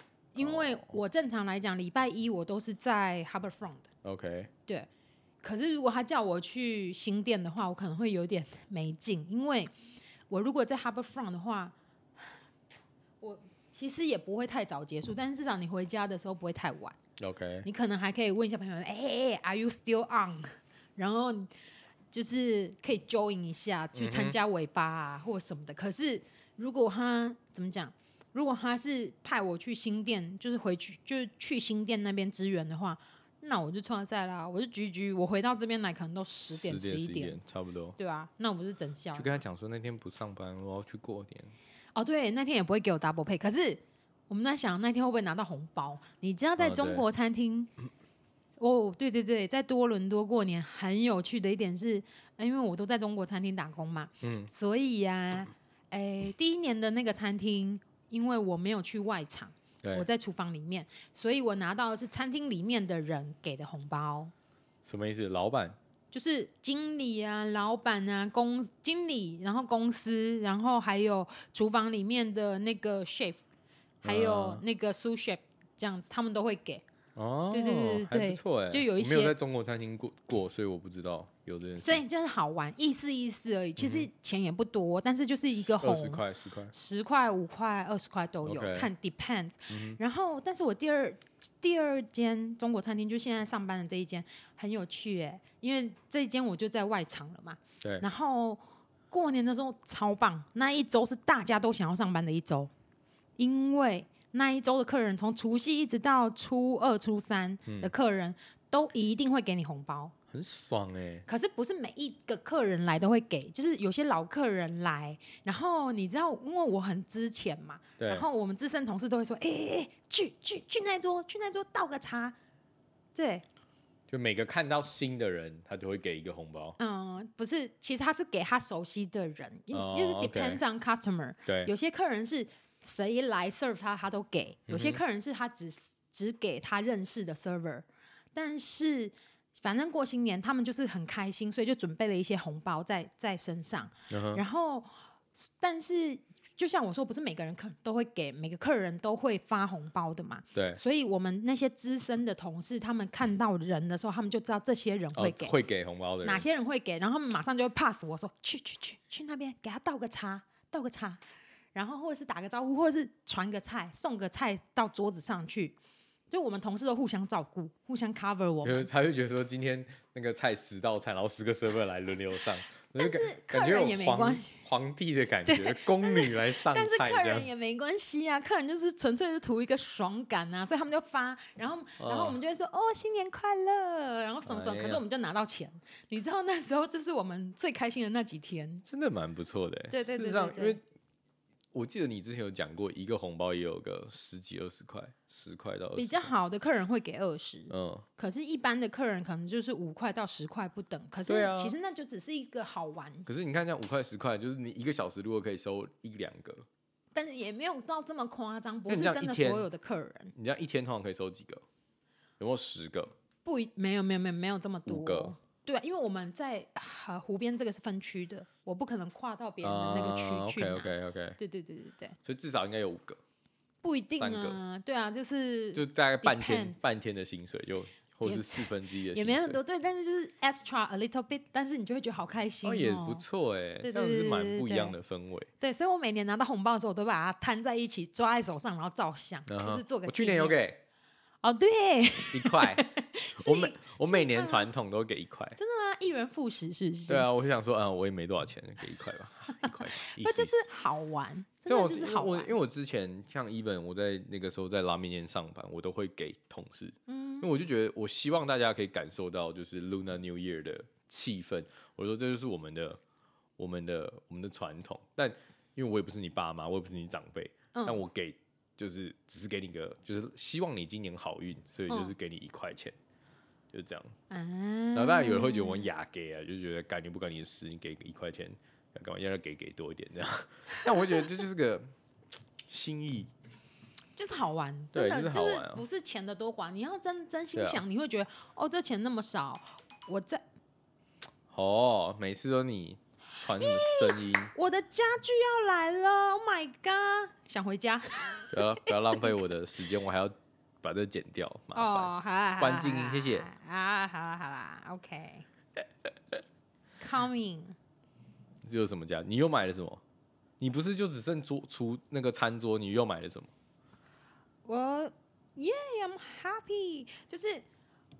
哦因为我正常来讲礼拜一我都是在 Harbourfront， OK，对。可是如果他叫我去新店的话，我可能会有点 *laughs* 没劲，因为我如果在 Harbourfront 的话，我其实也不会太早结束，但是至少你回家的时候不会太晚。 OK，你可能还可以问一下朋友，哎、欸、，Are you still on？然 *laughs* 后你就是可以 join 一下，去参加尾巴啊、或什么的。可是如果他怎么讲？如果他是派我去新店，就是回去就是去新店那边支援的话，那我就创赛啦，我就局局，我回到这边来可能都十点十一一点，点差不多。对啊，那我不是整笑就跟他讲说那天不上班，我要去过年。哦，对，那天也不会给我 double pay，可是我们在想那天会不会拿到红包？你知道在哦中对国餐厅，哦，对对对，在多伦多过年很有趣的一点是，呃因为我都在中国餐厅打工嘛，嗯，所以呀、哎，第一年的那个餐厅，因为我没有去外场，我对，在厨房里面，所以我拿到的是餐厅里面的人给的红包。什么意思？老板就是经理啊、老板啊、公经理，然后公司，然后还有厨房里面的那个 chef，还有嗯那个 sous chef，这样子他们都会给。哦，对对对对还对不错哎。就有一我没有些在中国餐厅过过，所以我不知道有这件事。所以就是好玩，意思意思而已。其实钱也不多，但是就是一个红二嗯十块，十块。十块、五块、二十块都有 OK 嗯看 depends、然后，但是我第二第二间中国餐厅，就现在上班的这一间很有趣哎、因为这一间我就在外场了嘛。对然后过年的时候超棒，那一周是大家都想要上班的一周，因为那一周的客人从除夕一直到初二、初三嗯的客人、都一定会给你红包。很爽哎、可是不是每一个客人来都会给，就是有些老客人来，然后你知道，因为我很之前嘛，对然，后我们资深同事都会说，哎哎哎，去去去那桌，去那桌倒个茶。对，就每个看到新的人，他就会给一个红包。嗯，不是，其实他是给他熟悉的人，因哦就是 OK depends on customer。对，有些客人是谁来 serve 他，他都给；有些嗯哼客人是他只只给他认识的 server。但是反正过新年他们就是很开心，所以就准备了一些红包在在身上。嗯哼然后，但是就像我说，不是每个人客都会给，每个客人都会发红包的嘛。对，所以我们那些资深的同事，他们看到人的时候，他们就知道这些人哦会给，，会给红包的人哪些人会给，然后他们马上就会 pass 我说去去去去那边给他倒个茶，倒个茶，然后或者是打个招呼，或者是传个菜，送个菜到桌子上去。就我们同事都互相照顾，互相 cover 我就们是。他会觉得说今天那个菜十道菜，然后十个 server 来轮流上，但是客感觉人有也没皇关系皇帝的感觉，宫女来上但是菜客这人样。也没关系啊，客人就是纯粹是图一个爽感啊，所以他们就发，然后然后我们就会说哦新年快乐，然后什么什么，哎呀可是我们就拿到钱，你知道那时候这是我们最开心的那几天，真的蛮不错的欸。对对对事实对上，因对为我记得你之前有讲过，一个红包也有个十几二十块，十块到20比较块，好的客人会给二十、嗯，可是，一般的客人可能就是五块到十块不等。可是对啊，其实那就只是一个好玩，可是你看，像五块十块，就是你一个小时如果可以收一两个，但是也没有到这么夸张，不那是你这样真的一天所有的客人你这样一天通常可以收几个？有没有十个？不一没有没有没有没有这么五个多。对，啊因为我们在、呃、湖边这个是分区的，我不可能跨到别人的那个区、去拿。啊 OK OK OK，对对对对对，所以至少应该有五个，不一定三个啊。对啊，就是就大概半天 Depend 半天的薪水就，或者是四分之一的薪水，哦也没很多，对，但是就是 extra a little bit，但是你就会觉得好开心、哦，也不错哎，对这样是蛮对对不一对样的氛围。对，所以我每年拿到红包的时候，我都把它摊在一起，抓在手上，然后照相，然就是做后个。嗯我去年有。给哦，对， *laughs* 一块，我每我每年吗传统都给一块。那一元复始是不是？对啊，我就想说，啊，我也没多少钱，给一块吧， *laughs* 一块吧。意 *laughs* 不思就意是思好玩，真但的我就是因为好我玩因为。我之前像 even 我在那个时候在拉面店上班，我都会给同事，因嗯，为我就觉得我希望大家可以感受到就是 Luna New Year 的气氛。我说这就是我们的我们的我们的传统，但因为我也不是你爸妈，我也不是你长辈，嗯但我给就是只是给你个，就是希望你今年好运，所以嗯就是给你一块钱，就是这样。然然后当然有人会觉得我嗯们雅给啊，就觉得感觉不关你的事，你给一块钱要干嘛？要不要给给多一点这样。 *laughs* 但我会觉得这就是个心意， *laughs* 就是好玩，对真的就是好玩啊不是钱的多寡，你要真真心对啊想，你会觉得哦，这钱那么少，我在哦，每次都你传什么声音，我的家具要来了，Oh my god，想回家不要不要浪费我的时间，我还要把这剪掉，麻烦。哦，好啦，好啦关静音谢谢好啦啊，好啦好啦，OK。Coming，这有什么家？你又买了什么？你不是就只剩桌厨那个餐桌，你又买了什么？我 Yeah，I'm happy，就是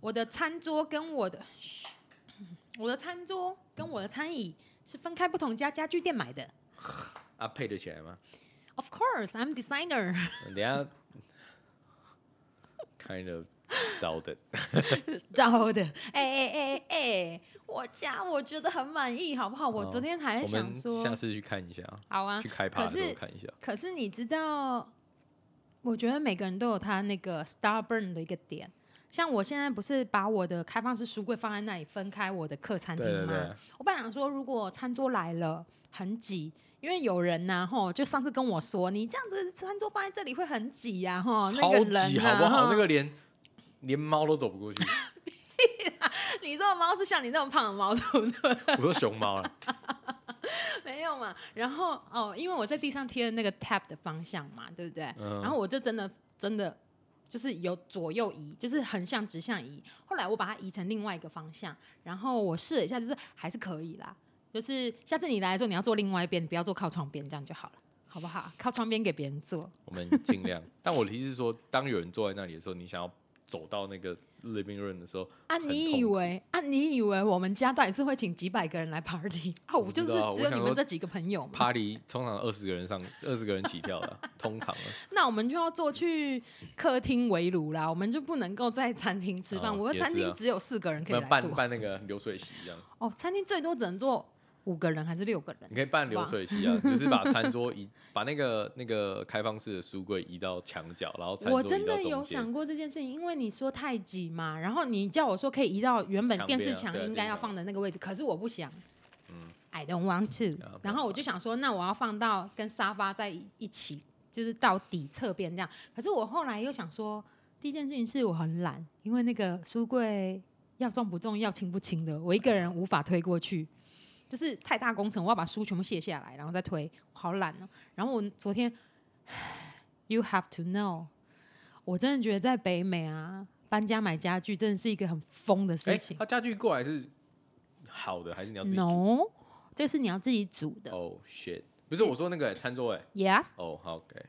我的餐桌跟我的 *sniffs* 我的餐桌跟我的餐椅是分开不同家家具店买的。啊，配得起来吗？ Of course, I'm designer *laughs* 等一下 *laughs* ，kind of doubt it。到的。哎哎哎哎哎，我家我觉得很满意，好不好？我哦昨天还在我想们说，下次去看一下，好啊去。开可趴的时候是看一下。可是你知道，我觉得每个人都有他那个 stubborn 的一个点。像我现在不是把我的开放式书柜放在那里，分开我的客餐厅对吗？对对，我本来想说，如果餐桌来了很挤，因为有人呐、吼，就上次跟我说，你这样子餐桌放在这里会很挤呀、啊，吼，那超个级人、好啊、不好？ *laughs* 吼那个连连猫都走不过去。 *laughs* 你说的猫是像你这种胖的猫， *laughs* 对不对？我说熊猫啊了，没有嘛。然后哦，因为我在地上贴了那个 tab 的方向嘛，对不对？嗯然后我就真的真的就是有左右移，就是横向直向移。后来我把它移成另外一个方向，然后我试了一下，就是还是可以啦。就是下次你来的时候，你要坐另外一边，你不要坐靠窗边，这样就好了，好不好？靠窗边给别人坐，我们尽量。 *laughs* 但我的意思是说，当有人坐在那里的时候，你想要走到那个 living room 的时候，啊，很你痛以苦为啊，你以为我们家到底是会请几百个人 *laughs* 来 party 啊？我我知就是道啊只我有想你说们这几个朋友嘛。 party 通常二十个人上，二十个人起跳 *laughs* 的，通常啊那我们就要坐去客厅围炉啦，我们就不能够在餐厅吃饭。哦我的也是啊餐厅只有四个人我可以们来办坐，办那个流水席这样，哦，餐厅最多只能坐五个人还是六个人你？可以办流哇水席啊，只是把餐桌移，把那个那个开放式的书柜移到墙角，然后餐桌我移到真的有中间想过这件事情，因为你说太挤嘛，然后你叫我说可以移到原本墙边电啊视墙对啊嗯应该要放的那个位置，可是我不想。I don't want to 啊不要。然后我就想说，那我要放到跟沙发在一起，就是到底侧边这样。可是我后来又想说，第一件事情是我很懒，因为那个书柜要重不重、要轻不轻的，我一个人无法推过去，就是太大工程，我要把书全部卸下来，然后再推，好懒哦。然后我昨天 *sighs* ，You have to know，我真的觉得在北美啊，搬家买家具真的是一个很疯的事哎情，。他家具过来是好的还是哎你要自己煮？ no，这是你要自己煮的。哦 shit，不是我说那个餐桌哎， Yes，so 哦好 OK，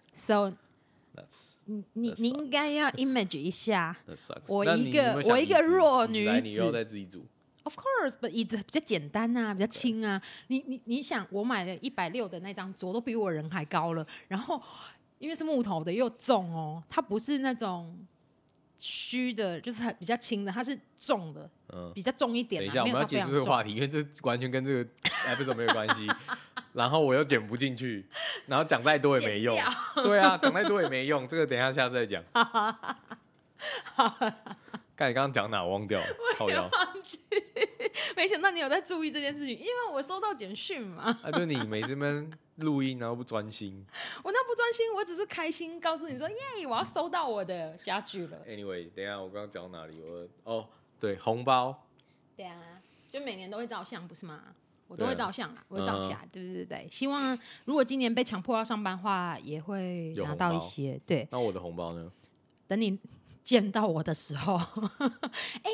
that's 你你 That 你应该要 image 一下 that sucks。我那一你个有没有想我一移个植弱移植来女你又子在自己煮， ，of course，but 椅子比较简单啊，比较轻啊。你你你想，我买了一百六的那张桌，都比我人还高了，然后因为是木头的又重哦，它不是那种。虚的，就是很比较轻的，它是重的，嗯。比较重一点、啊。等一下，我没们有要到非结束常这个重。 *laughs* 话题，因为这完全跟这个 episode 没有关系。然后我又剪不进去，然后讲再多也没用剪。对啊，讲再多也没用，这个等一下下次 *laughs* 再讲。看你刚刚讲哪忘掉了，靠腰 *laughs* 没想到你有在注意这件事情，因为我收到简讯嘛，啊！就你每次们录音然后不专心。我那不专心，我只是开心告诉你说，耶，我要收到我的家具了。 Anyway，等一下我刚刚讲哪里？我哦，对，红包，对啊，就每年都会照相，不是吗？我都会对啊照相啦，我会照起来，对对对对。希望如果今年被强迫要上班的话，也会有拿红到包一些。对，那我的红包呢？等你见到我的时候， *laughs* 哎、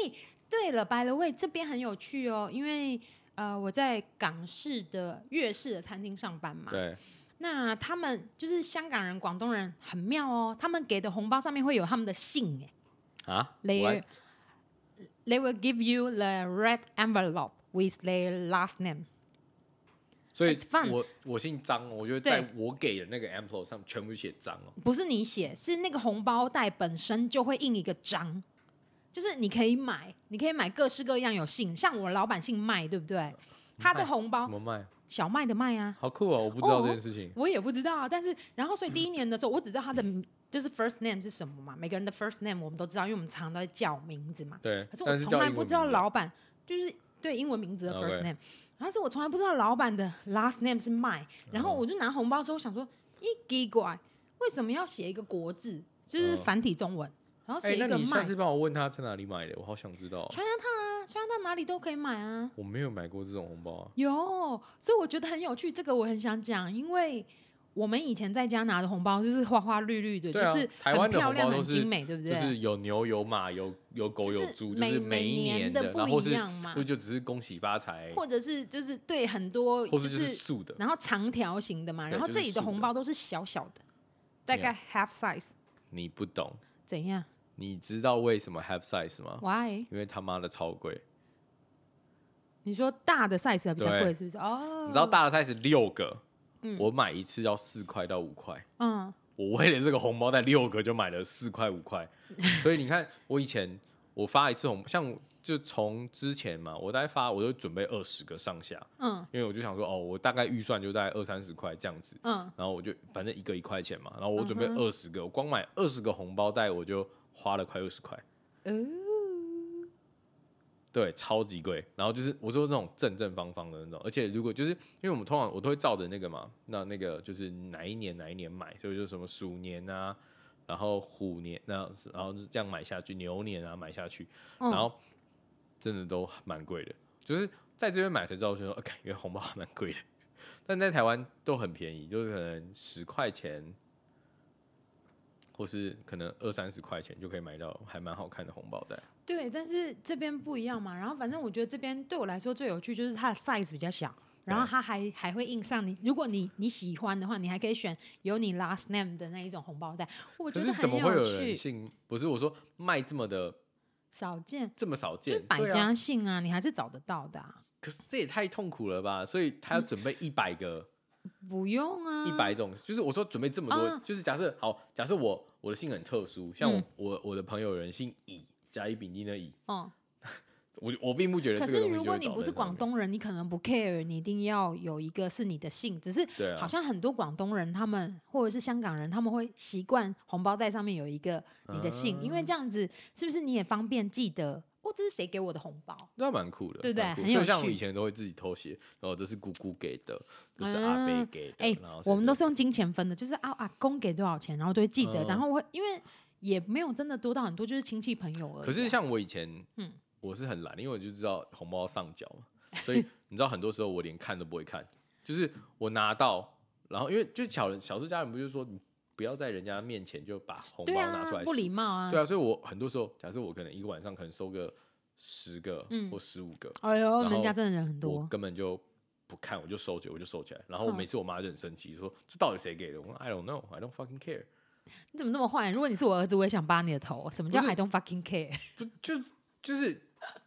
对了，by the way，这边很有趣哦，因为呃，我在港式的粤式的餐厅上班嘛，对，那他们就是香港人、广东人很妙哦，他们给的红包上面会有他们的姓，哎啊 Layer What？ ，They will give you the red envelope with their last name。所以 It's fun 我我姓张，哦我觉得对在我给的那个 a m p l e 上全部写张哦。不是你写，是那个红包袋本身就会印一个章，就是你可以买，你可以买各式各样有姓，像我老板姓麦，对不对？他的红什包么卖？小麦的麦啊，好酷哦！我不知道哦这件事情。我也不知道啊。但是然后所以第一年的时候，我只知道他的名就是 first name 是什么嘛，每个人的 first name 我们都知道，因为我们常常都在叫名字嘛。对，可是我但从叫来英不文知道名字老板就是对英文名字的 OK first name，、但是我从来不知道老板的 last name 是麦，嗯然后我就拿红包的时候想说，咦，奇怪，为什么要写一个国字，就是嗯繁体中文，然后哎、写一那个你麦下，次帮我问他在哪里买的，我好想知道哦。穿上它啊，穿上它哪里都可以买啊，我没有买过这种红包啊。有，所以我觉得很有趣，这个我很想讲，因为。我们以前在家拿的红包就是花花绿绿的，对啊就是台湾很的漂红包亮、都很是精美，对不就对？是有牛有马有有狗有猪，就是每每一年的，然不后一是样嘛就，就只是恭喜发财，或者是就是对很多或就是就是素的，然后长条形的嘛，对然后就这是里的竖红的啊包都是小小的，大没有概 half size，你不懂。怎样你知道为什么 half size 吗？ ？Why？因为他妈的超贵，你说大的 size 还比较对贵是不是？哦，你知道大的 size 六个，嗯我买一次要四块到五块，嗯，我为了这个红包袋六个就买了四块五块， *laughs* 所以你看我以前我发一次红，像就从之前嘛，我大概发我就准备二十个上下，嗯因为我就想说哦，我大概预算就大概二三十块这样子，嗯然后我就反正一个一块钱嘛，然后我准备嗯哼二十个，我光买二十个红包袋我就花了快二十块，哦，对，超级贵。然后就是我说那种正正方方的那种，而且如果就是因为我们通常我都会照着那个嘛，那那个就是哪一年哪一年买，所以就是什么鼠年啊，然后虎年，那然后就这样买下去，牛年啊买下去，然后真的都蛮贵的，就是在这边买才知道，就说呃感觉红包还蛮贵的，但在台湾都很便宜，就是可能十块钱。或是可能二三十块钱就可以买到还蛮好看的红包袋，对，但是这边不一样嘛。然后反正我觉得这边对我来说最有趣就是它的 size 比较小，然后对它还还会印上你，如果你你喜欢的话，你还可以选有你 last name 的那一种红包袋，我可觉是得怎很么会有有人趣，信？不是我说卖这么的少见，这么少就是见，百对啊。家姓啊，你还是找得到的啊。可是这也太痛苦了吧？所以他嗯要准备一百 *laughs* 个、不用啊，一百、种，就是我说准备这么多，啊就是假设好，假设我我的姓很特殊，像我、嗯我我的朋友有人姓乙，甲乙丙丁的乙，嗯，我我并不觉得可这个是东西就如果会你找不在是上广面，东人，你可能不 care，你一定要有一个是你的姓。只是对啊，好像很多广东人他们或者是香港人，他们会习惯红包袋上面有一个你的姓，因为嗯这样子是不是你也方便记得？哦，这是谁给我的红包？那蛮酷的，对不对蛮酷很有所以像趣我以前都会自己偷写，然后这是姑姑给的，这是阿啊伯给的，哎然哦后谁我们谁都是用金钱分的，就是啊阿公给多少钱，然后就会记得，嗯然后会因为也没有真的多到很多，就是亲戚朋友而已啊。可是像我以前，嗯我是很懒，因为我就知道红包上缴嘛， *laughs* 所以你知道很多时候我连看都不会看，就是我拿到，然后因为就小人小时候家人不就是说你不要在人家面前就把红包对拿出啊来，不使礼貌啊。对啊，所以我很多时候，假设我可能一个晚上可能收个十个嗯或十五个，哎呦，然人家后真的人很我多。根本就。不看我就收起来，我就收起来。然后我嗯每次我妈就很生气，说这到底谁给的？我说 I don't know, I don't fucking care。你怎么这么坏？如果你是我儿子，我也想扒你的头。什么叫不是 I don't *laughs* fucking care？不就就是，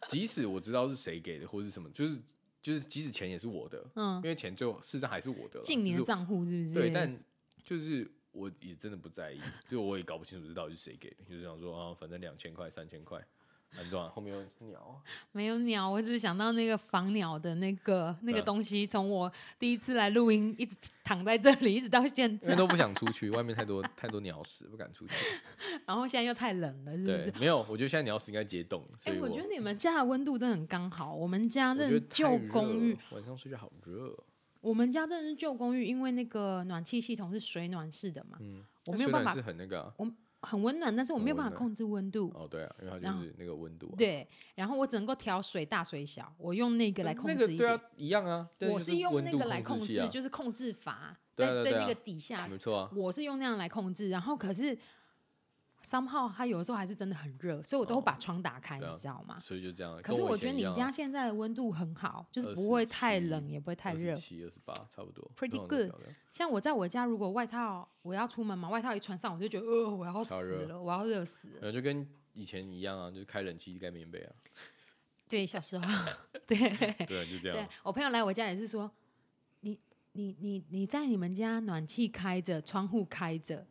即使我知道是谁给的或是什么，就是就是，即使钱也是我的，嗯因，为钱最后事实上还是我的啦，进你呃就的是账户是不是？对，但就是我也真的不在意，就我也搞不清楚这到底是谁给的，就是想说啊，反正两千块、三千块，安装后面有鸟，啊没有鸟，我只是想到那个防鸟的那个那个嗯东西，从我第一次来录音一直躺在这里，一直到现因为在，都不想出去，外面太多太多鸟屎，不敢出去。然后现在又太冷了，是不对是？，没有，我觉得现在鸟屎应该解冻，哎、所以我我觉得你们家的温度真的很刚好，我们家我那觉得种旧太热公寓了，晚上睡觉好热，哦我们家真的是旧公寓，因为那个暖气系统是水暖式的嘛，嗯，我但没有虽办然法是很那个啊、很温暖，但是我没有很办温法暖控制温度。哦，对啊，因为它就然后是那个温度、啊，对，然后我只能够调水大水小，我用那个那，来控那制个一对点。啊，一样啊，但我就是用温那度个来控器制，啊，就是控制阀对在、啊对啊在对那个啊底下，没错啊，我是用那样来控制。然后可是 somehow 它有的时候还是真的很热，所以我都会把哦窗打开，对啊你知道吗？所以就这样啊。嗯可是我觉得你家现在的温度很好，就是不会太冷， 27也不会太热二十。七、二十八，差不多 Pretty 通常都 good 这样像我在我家，如果外套我要出门嘛，外套一穿上我就觉得，呃，我要死超热了，我要热死了。然后就跟以前一样啊，就是开冷气、盖棉被啊，对，小 *laughs* 时候，对，对，就这样哎对啊。我朋友来我家也是说，你你你你在你们家暖气开着，窗户开着，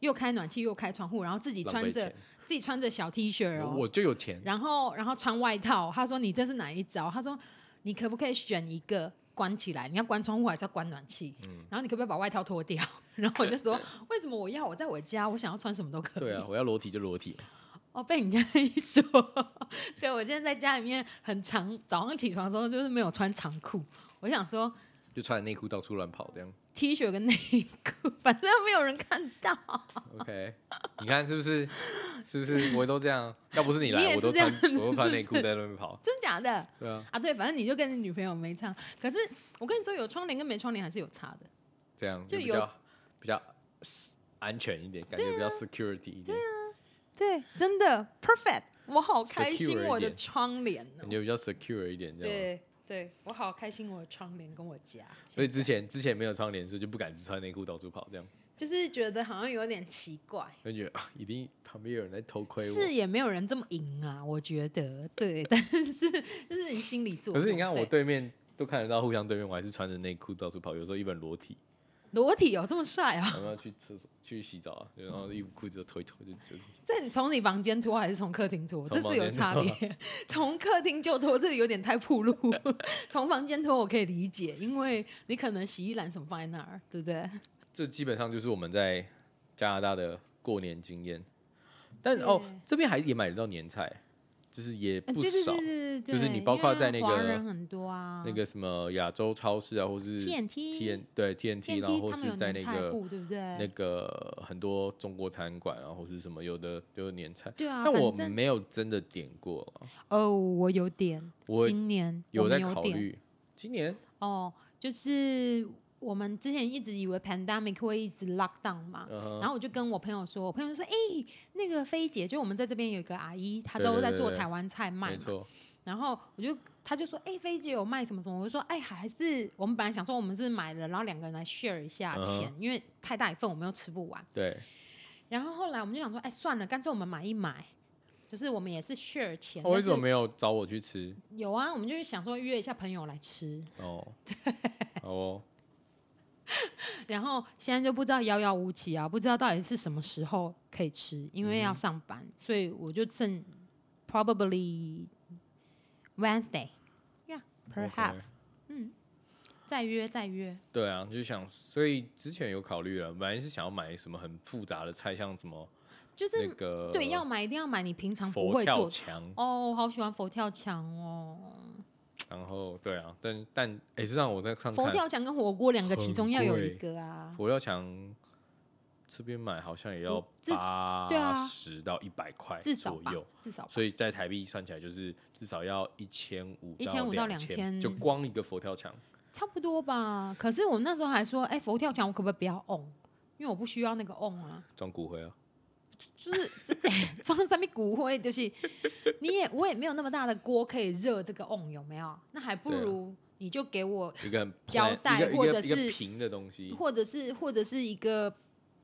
又开暖气又开窗户，然后自己浪穿费着钱自己穿着小 T 恤我哦，我就有钱，然后然后穿外套。他说你这是哪一招？他说你可不可以选一个关起来？你要关窗户还是要关暖气？嗯然后你可不可以把外套脱掉？ *laughs* 然后我就 *laughs* 说为什么我要我在我家，我想要穿什么都可以。对啊，我要裸体就裸体，哦，被你这样一说， *laughs* 对我现在在家里面很长，早上起床的时候就是没有穿长裤。我想说就穿着内裤到处乱跑这样。 T 恤跟内裤，反正没有人看到。 OK，你 *laughs* 看是不是？是不是我都这样？要不是你你来，也我都是这样穿我都穿内裤在那边跑。真假的对啊， *laughs* 啊？对，反正你就跟你女朋友没差。可是我跟你说，有窗帘跟没窗帘还是有差的。这样就啊比有啊较比较安全一点，感觉比较 security 一点，对，真的 perfect，我好开心 Secure 一我的点嗯窗帘哦感。觉比较 secure 一点这样。对对，我好开心我的窗帘跟我家。所以之前之前没有窗帘，所以就不敢穿内裤到处跑，这样就是觉得好像有点奇怪。就觉得、啊、一定旁边有人在偷窥是我。也没有人这么赢啊，我觉得对， *laughs* 但是就是你心里做。可是你看我对面都看得到，互相对面我还是穿着内裤到处跑，有时候一本裸体，裸体有这么帅啊？然后要去厕所去洗澡啊，然后衣服裤子就脱一脱就就这你从你房间脱还是从客厅脱？这从是有差别。 *laughs* 从客厅就脱，这有点太暴露。 *laughs* 从房间脱我可以理解，因为你可能洗衣篮什么放在那儿，对不对？这基本上就是我们在加拿大的过年经验。但哦，这边还也买得到年菜，就是也呃不对对少对，对对，就是你包括在那个因为华人很多啊，那个什么亚洲超市啊，或是 TNT T N 对 T N T，然后或他们是有在年那菜个部，对不对？那个很多中国餐馆啊，或是什么有的就是年菜，对啊，但我反正没有真的点过啊，哦，我有点，我今年有我在没考点虑今年哦，就是我们之前一直以为 pandemic 会一直 lock down 嘛。嗯啊然哼，后我就跟我朋友说，我朋友说：“哎、那个菲姐，就我们在这边有一个阿姨，她对都对在对做对台湾菜卖没嘛。错，然后我就，她就说：“哎、菲姐有卖什么什么？”我就说：“哎、还是我们本来想说我们是买了，然后两个人来 share 一下嗯哼钱，因为太大一份我们又吃不完。对，然后后来我们就想说：“哎、算了，干脆我们买一买，就是我们也是 share 钱。哦我为但什么是没有找我去吃？有啊，我们就是想说约一下朋友来吃，哦， *laughs* 好哦，然后现在就不知道遥遥无期啊，不知道到底是什么时候可以吃，因为要嗯上班，所以我就剩 probably OK Wednesday，yeah，perhaps，、嗯，再约再约，对啊，就想，所以之前有考虑了，本来是想要买什么很复杂的菜，像什么就是、那个对，要买一定要买你平常不佛会跳做。墙，哦，我好喜欢佛跳墙哦！然后对啊，但但也是让我在上佛看跳墙跟火锅两个其很中要有贵一个啊，佛跳墙这边买好像也要我至对啊八十到一百块至少左吧右，，至少吧所以在台币算起来就是至少要一千五1500到千， 2000就光一个佛跳墙。差不多吧。可是我那时候还说，哎、佛跳墙我可不可以不要 on？因为我不需要那个 on 啊。装骨灰啊，就是就装上面骨灰，就是 *laughs* 你也我也没有那么大的锅可以热这个瓮，有没有？那还不对啊如你就给我，一个很 plain- 胶带一个一或者个一是个平的东西，或者是或者是一个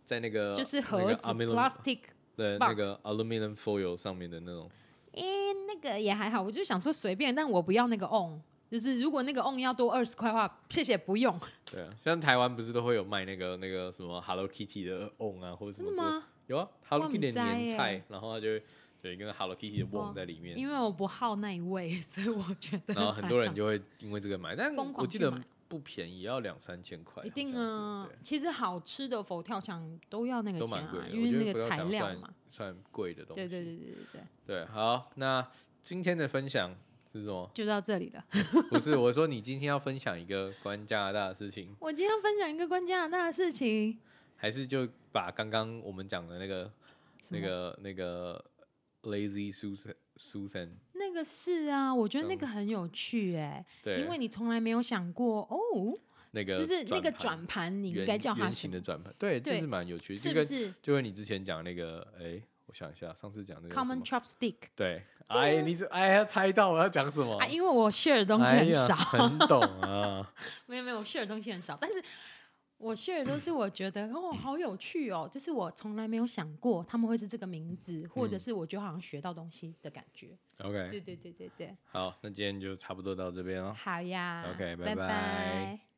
在那个就是呃那盒个子 aluminum plastic，的那 box 个 aluminum foil 上面的那种，诶、那个也还好，我就想说随便，但我不要那个瓮。就是如果那个瓮要多二十块的话，谢谢不用，对啊，像台湾不是都会有卖那个那个什么 Hello Kitty 的瓮啊，或者什真么的之类吗？有啊哇，Hello Kitty 很的栽年耶菜，然后它就会对，跟 Hello Kitty 的瓮哦在里面。因为我不好那一位，所以我觉得然后很多人还就会因为这个买，但疯我狂记去得买不便宜，要两三千块，好一定啊啊，。其实好吃的佛跳墙都要那对，都个钱蛮贵啊的，，因我觉得为那佛个跳材墙料算嘛。算贵的东西。对对对对对对，？对好，那今天的分享是什么就到这里了。不是，我说你今天要分享一个关于加拿大的事情，我今天要分享一个关加拿大的事情，还是就把刚刚我们讲的那个什那么个那个 Lazy Susan Susan 那个是啊，我觉得那嗯个很有趣哎、对，因为你从来没有想过哦，那个就是那个盘转盘，你应圆该叫它圆什形么的？转盘，对，这对是蛮有趣的，是就不跟是就跟你之前讲那个，哎，我想一下，上次讲那个叫什？Common 么 chopstick 对，哎，你这哎要猜到我要讲什么啊，？因为我 share 的东西哦哎很呀少， *laughs* 很懂啊，没有没有，我 share 的东西很少，但是我 share 的都是我觉得哦，好有趣哦，就是我从来没有想过他们会是这个名字，或嗯者哎是我觉得好像学到东西的感觉。对 OK，对对对对，好，那今天就差不多到这边了。哦好呀 OK，拜拜拜拜